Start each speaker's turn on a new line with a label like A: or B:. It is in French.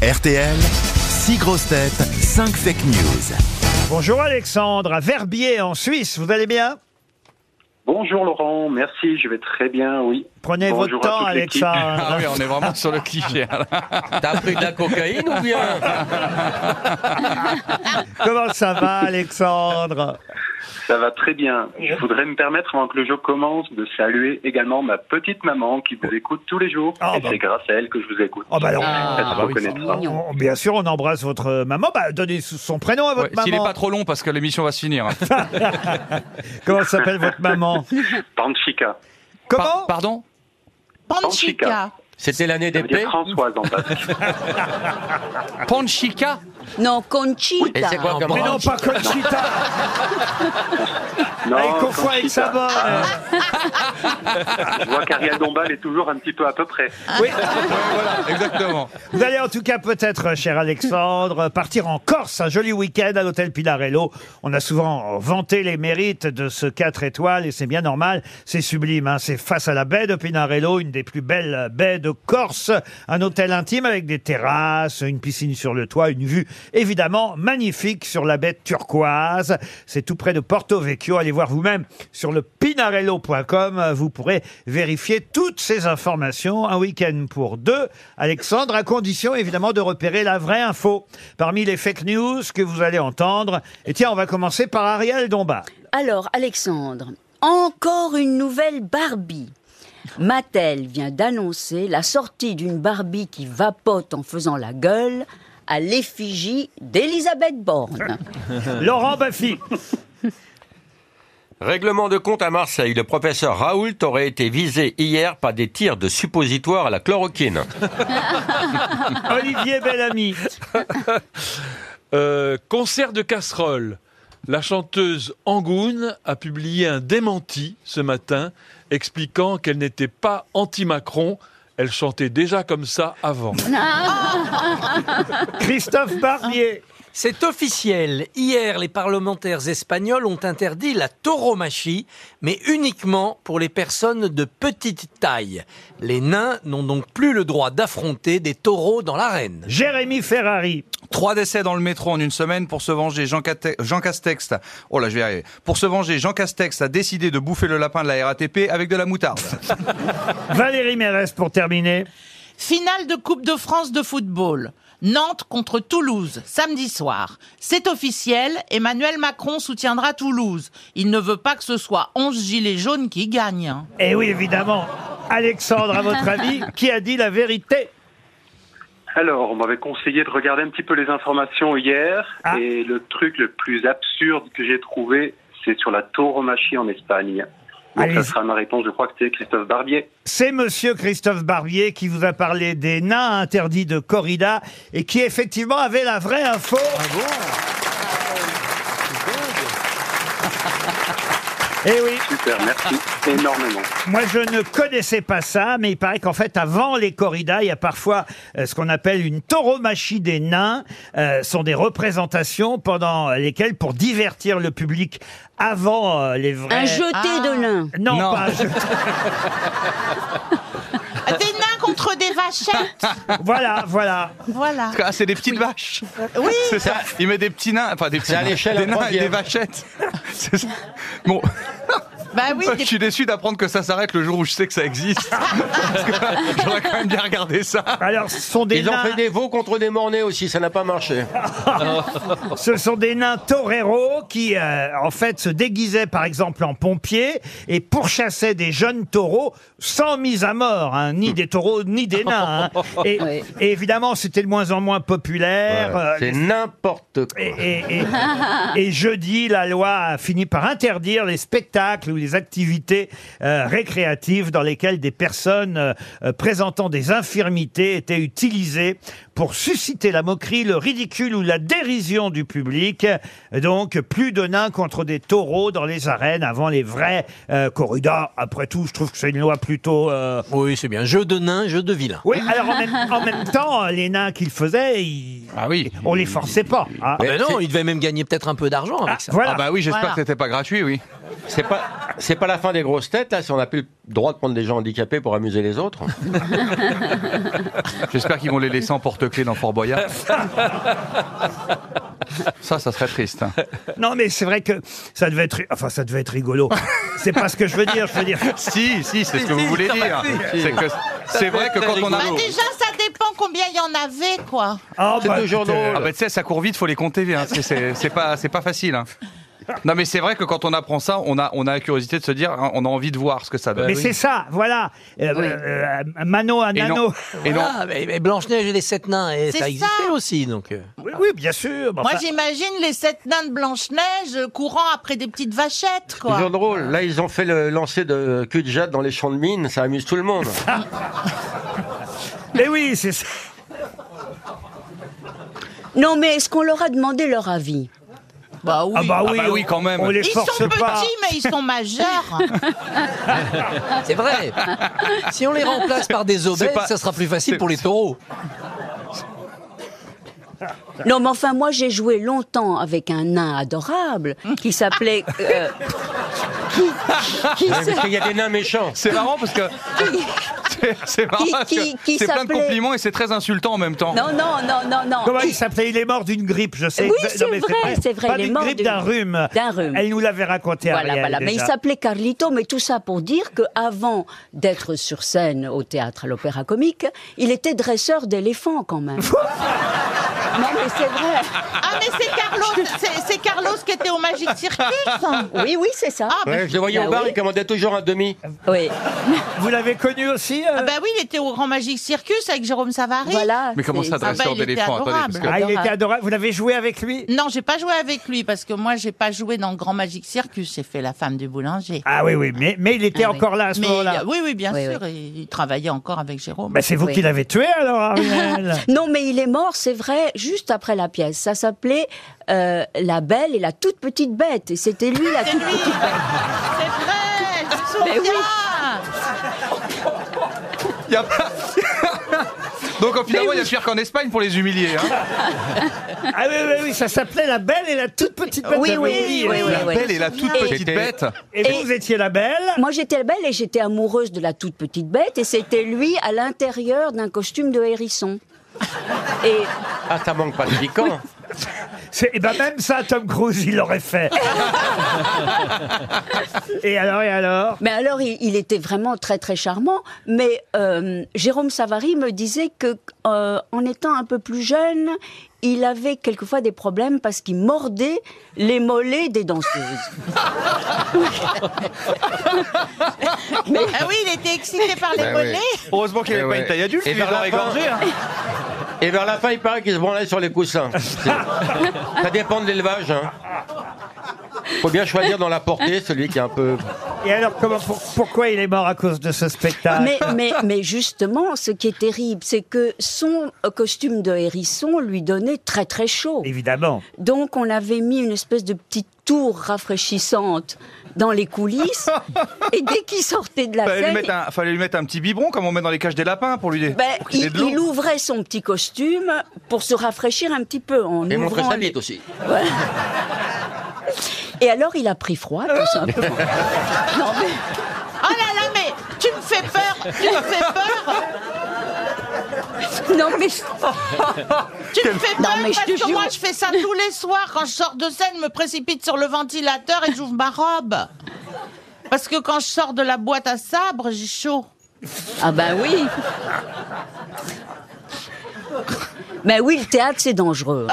A: RTL, 6 grosses têtes, 5 fake news.
B: Bonjour Alexandre, à Verbier en Suisse, vous allez bien
C: Bonjour Laurent, merci, je vais très bien, oui.
B: Prenez
C: Bonjour
B: votre
C: à
B: temps
C: toute l'équipe.
B: Alexandre.
D: Ah oui, on est vraiment sur le cliché. hein.
E: T'as pris de la cocaïne ou bien
B: Comment ça va Alexandre
C: Ça va très bien. Je voudrais me permettre, avant que le jeu commence, de saluer également ma petite maman qui vous écoute tous les jours.
B: Ah,
C: et
B: bah.
C: c'est grâce à elle que je vous écoute.
B: Oh, bah alors,
C: Elle se
D: bah oui,
C: reconnaîtra.
B: on- bien sûr on embrasse votre maman, bah, donnez son prénom à
D: Ouais,
B: votre
D: S'il n'est
B: maman.
D: pas trop long, parce que l'émission va se finir. hein.
B: Comment s'appelle votre maman
C: Panchika.
B: Comment
D: Par- pardon
C: Panchika.
E: C'était l'année
C: Ça
E: des
C: veut dire
E: paix
C: Françoise en basque.
D: Panchika
F: Non, Conchita.
E: Et c'est quoi comme
B: Mais non,
E: ranch
B: pas Conchita Elle
C: Non,
B: Ah, confond avec
C: Panchika.
B: sa mort
C: Je vois qu'Ariel Dombal est toujours un petit peu à peu près.
B: Oui.
D: Voilà, exactement.
B: Vous allez en tout cas peut-être, euh, cher Alexandre, euh, partir en Corse, un joli week-end à l'hôtel Pilarello. On a souvent euh, vanté les mérites de ce 4 étoiles et c'est bien normal, c'est sublime. hein. C'est face à la baie de Pinarello, une des plus belles euh, baies de Corse. Un hôtel intime avec des terrasses, une piscine sur le toit, une vue évidemment magnifique sur la baie turquoise. C'est tout près de Porto Vecchio. Allez voir vous-même sur le pinarello.com. Vous pourrez vérifier toutes ces informations. Un week-end pour deux. Alexandre, à condition évidemment de repérer la vraie info parmi les fake news que vous allez entendre. Et tiens, on va commencer par Ariel Dombas.
F: Alors, Alexandre, encore une nouvelle Barbie. Mattel vient d'annoncer la sortie d'une Barbie qui vapote en faisant la gueule à l'effigie d'Elisabeth Borne.
B: Laurent Baffy.
E: Règlement de compte à Marseille. Le professeur Raoult aurait été visé hier par des tirs de suppositoire à la chloroquine.
B: Olivier Bellamy.
G: Euh, concert de casserole. La chanteuse Angoune a publié un démenti ce matin expliquant qu'elle n'était pas anti-Macron. Elle chantait déjà comme ça avant.
B: Christophe Barbier.
H: C'est officiel. Hier, les parlementaires espagnols ont interdit la tauromachie, mais uniquement pour les personnes de petite taille. Les nains n'ont donc plus le droit d'affronter des taureaux dans l'arène.
B: Jérémy Ferrari.
D: Trois décès dans le métro en une semaine pour se venger. Jean, Cate- Jean Castex. Oh là, je vais y arriver. Pour se venger, Jean Castex a décidé de bouffer le lapin de la RATP avec de la moutarde.
B: Valérie Mérès pour terminer.
I: Finale de Coupe de France de football. Nantes contre Toulouse, samedi soir. C'est officiel, Emmanuel Macron soutiendra Toulouse. Il ne veut pas que ce soit 11 gilets jaunes qui gagnent. hein.
B: Et oui, évidemment. Alexandre, à votre avis, qui a dit la vérité
C: Alors, on m'avait conseillé de regarder un petit peu les informations hier.
B: Ah.
C: Et le truc le plus absurde que j'ai trouvé, c'est sur la tauromachie en Espagne. Donc,
B: Allez-y.
C: ça sera ma réponse. Je crois que c'est Christophe Barbier.
B: C'est monsieur Christophe Barbier qui vous a parlé des nains interdits de corrida et qui effectivement avait la vraie info. Eh oui,
C: Super, merci énormément.
B: moi je ne connaissais pas ça, mais il paraît qu'en fait avant les corridas, il y a parfois euh, ce qu'on appelle une tauromachie des nains. Euh, ce sont des représentations pendant lesquelles, pour divertir le public avant euh, les vrais...
F: Un jeté de nains.
B: Non,
D: Non.
B: pas un jeu.
I: Des nains contre des vachettes.
B: Voilà, voilà.
I: Voilà.
D: Ah, c'est des petites vaches.
I: Oui.
D: C'est ça. Il met des petits nains. Enfin, des petits
E: C'est à
D: nains.
E: l'échelle
D: Des nains et
E: improvisée.
D: des vachettes. C'est ça. Bon,
I: Bah oui,
D: je
I: des-
D: suis déçu d'apprendre que ça s'arrête le jour où je sais que ça existe. Parce que j'aurais quand même bien regardé ça.
B: Alors, ce sont des
E: Ils ont
B: nains...
E: fait des veaux contre des mornais aussi, ça n'a pas marché.
B: Ce sont des nains toreros qui, euh, en fait, se déguisaient par exemple en pompiers et pourchassaient des jeunes taureaux sans mise à mort, hein, ni des taureaux ni des nains. hein. Et,
F: Ouais.
B: et évidemment, c'était de moins en moins populaire. euh,
E: C'est n'importe quoi.
B: et, et- et- et jeudi, la loi a fini par interdire les spectacles ou les activités euh, récréatives dans lesquelles des personnes euh, euh, présentant des infirmités étaient utilisées pour susciter la moquerie, le ridicule ou la dérision du public. Donc, plus de nains contre des taureaux dans les arènes avant les vrais euh, corridas. Après tout, je trouve que c'est une loi plutôt... euh,
H: Oui, c'est bien. Jeu de nains, jeu de vilain.
B: Oui, alors en même, en même temps, les nains qu'ils faisaient, ils-
D: Ah oui.
B: on les forçait pas. hein.
H: Ah ben
E: c'est-
H: non, il devait même gagner peut-être un peu d'argent avec ça.
B: Voilà.
D: Ah bah oui, j'espère
I: Voilà.
D: que c'était pas gratuit, oui.
E: C'est pas, c'est pas la fin des grosses têtes, là, si on n'a plus le droit de prendre des gens handicapés pour amuser les autres.
D: J'espère qu'ils vont les laisser en porte-clés dans Fort Boyard. Ça, ça serait triste. hein.
B: Non, mais c'est vrai que ça devait être, enfin, ça devait être rigolo. C'est pas ce que je veux dire. Je veux dire, oh,
D: Si, si, c'est ce que vous
H: si,
D: voulez
H: ça va,
D: dire.
H: si.
D: C'est que- c'est vrai que
H: être
D: quand on a.
I: Bah déjà, ça dépend combien il y en avait, quoi.
B: ah,
E: C'est
B: bah,
E: toujours
B: écoutez,
E: drôle.
D: Ah bah tu sais, ça court vite, faut les compter. hein. C'est- C'est c'est pas, c'est pas facile. hein. Non mais c'est vrai que quand on apprend ça, on a, on a la curiosité de se dire, hein, on a envie de voir ce que ça donne.
B: Mais c'est ça, voilà. Euh,
F: Oui.
B: euh, euh, mano à
D: bah et
B: nano.
D: non, et non,
H: Ah, mais, mais Blanche-Neige et les sept nains, et
I: C'est
H: ça existait
I: ça.
H: aussi, donc. euh.
B: Oui, oui, bien sûr. mais
I: Moi,
B: enfin-
I: j'imagine les sept nains de Blanche-Neige euh, courant après des petites vachettes,
E: Toujours
I: quoi.
E: drôle.
D: Bah
E: Là, ils ont fait le lancer de cul de jatte dans les champs de mines, ça amuse tout le monde.
B: mais oui, c'est ça.
F: Non, mais est-ce qu'on leur a demandé leur avis
I: Bah oui.
B: Ah bah
D: Ah
B: oui,
D: bah oui,
B: on-
D: quand même.
B: On les
I: Ils sont
B: force
I: petits,
B: pas.
I: mais ils sont majeurs.
H: C'est vrai. si on les remplace par des obèses,
D: pas-
H: ça sera plus facile
D: c'est-
H: pour les taureaux.
F: Non, mais enfin, moi, j'ai joué longtemps avec un nain adorable qui s'appelait. euh, qui, qui
E: Parce
F: s'a-
E: qu'il y a des nains méchants.
D: c'est marrant parce que c'est- c'est marrant
F: Qui-
D: parce que
F: qui- qui
D: c'est plein de
F: s'appelait-
D: compliments et c'est très insultant en même temps.
F: Non, non, non, non, non.
B: Comment il s'appelait Il est mort d'une grippe, je sais.
F: Oui,
B: Non,
F: c'est
B: mais
F: vrai, c'est vrai,
B: Pas
F: il est
B: d'une
F: mort
B: grippe,
F: d'une-
B: d'un rhume.
F: d'un rhume.
B: Elle nous l'avait raconté
F: Voilà,
B: Ariel,
F: voilà. Mais il
B: déjà.
F: s'appelait Carlito, mais tout ça pour dire que avant d'être sur scène au théâtre à l'Opéra Comique, il était dresseur d'éléphants quand même. non, mais c'est vrai.
I: Ah, mais c'est Carlos, c'est- c'est Carlos qui était au Magic Circus.
F: Oui, oui, c'est ça.
I: Ah, bah,
E: Ouais, Eh, je les voyais
F: Bah
E: au bar,
F: oui.
E: ils commandaient toujours un demi.
F: Oui.
B: Vous l'avez connu aussi euh
I: ah bah oui, il était au Grand Magic Circus avec Jérôme Savary.
F: Voilà.
D: Mais comment
F: c'est-
D: ça,
I: Ah bah,
D: dresseur
I: il était
D: d'éléphant Attendez, parce
I: adorable.
D: que-
B: Ah, il était
F: adorable.
B: adorable. Vous l'avez joué avec lui
I: Non, j'ai pas joué avec lui parce que moi, j'ai pas joué dans le Grand Magic Circus. J'ai fait la femme du boulanger.
B: Ah oui, oui, mais, mais il était
F: Ah oui.
B: encore là à ce
I: Mais
B: moment-là.
I: il- oui, oui, bien
F: Oui,
I: sûr. Il, il travaillait encore avec Jérôme.
B: Bah, c'est vous
F: Oui.
B: qui l'avez tué alors, Ariel.
F: Non, mais il est mort, c'est vrai, juste après la pièce. Ça s'appelait euh, La Belle et la toute petite bête. Et c'était lui la
I: Ah, C'est
F: toute
I: lui. C'est
F: petite bête.
I: vrai. je me
F: Mais oui.
I: souviens.
D: Y a pas- Donc au finalement, il y a pire qu'en Espagne pour les humilier. hein.
B: ah oui, oui, oui, ça s'appelait La Belle et la toute petite bête.
F: Oui,
B: j'avais
F: oui,
B: oublié.
F: oui, oui.
D: La belle et la toute
F: Et-
D: petite bête.
B: Et vous, vous étiez La Belle
F: Moi, j'étais la belle et j'étais amoureuse de la toute petite bête. Et c'était lui à l'intérieur d'un costume de hérisson. Et
E: Ah, ça manque pas de piquant.
B: C'est- Eh ben même ça, Tom Cruise, il l'aurait fait. et alors, et alors
F: Mais alors, il, il était vraiment très très charmant. Mais euh, Jérôme Savary me disait que, euh, en étant un peu plus jeune, il avait quelquefois des problèmes parce qu'il mordait les mollets des danseuses.
I: Ah oui, il était excité par les
E: Bah oui.
I: mollets.
D: Heureusement qu'il n'y avait
E: Eh
D: pas
E: ouais.
D: une taille adulte.
E: Et
D: il
E: vers
D: les
E: la
D: aurait
E: fin-
D: égorgés, hein.
E: Et vers la fin, il paraît qu'ils se branlaient sur les coussins. C'est- Ça dépend de l'élevage. Hein. Faut bien choisir dans la portée celui qui est un peu.
B: Et alors, comment, pour- pourquoi il est mort à cause de ce
D: Ah.
B: spectacle
F: Mais, mais, mais justement, ce qui est terrible, c'est que son euh, costume de hérisson lui donnait très très chaud.
B: Évidemment.
F: Donc on avait mis une espèce de petite tour rafraîchissante dans les coulisses. Et dès qu'il sortait de la
D: Fallait lui,
F: scène,
D: mettre un, fallait lui mettre un petit biberon comme on met dans les cages des lapins pour lui.
F: Ben,
D: pour qu'il ait
F: il,
D: de l'eau.
F: il ouvrait son petit costume pour se rafraîchir un petit peu en
E: Et montrer
F: ouvrant.
E: sa
F: les-
E: bite aussi.
F: Et alors il a pris froid tout simplement. non mais
I: Oh là là, mais tu me fais peur. Tu me fais peur.
F: non mais
I: Tu me fais
F: Non,
I: peur
F: mais je
I: parce
F: te
I: que moi,
F: jure.
I: je fais ça tous les soirs. Quand je sors de scène, je me précipite sur le ventilateur et j'ouvre ma robe. Parce que quand je sors de la boîte à sabre, j'ai chaud.
F: ah ben oui. Ben oui, le théâtre c'est dangereux.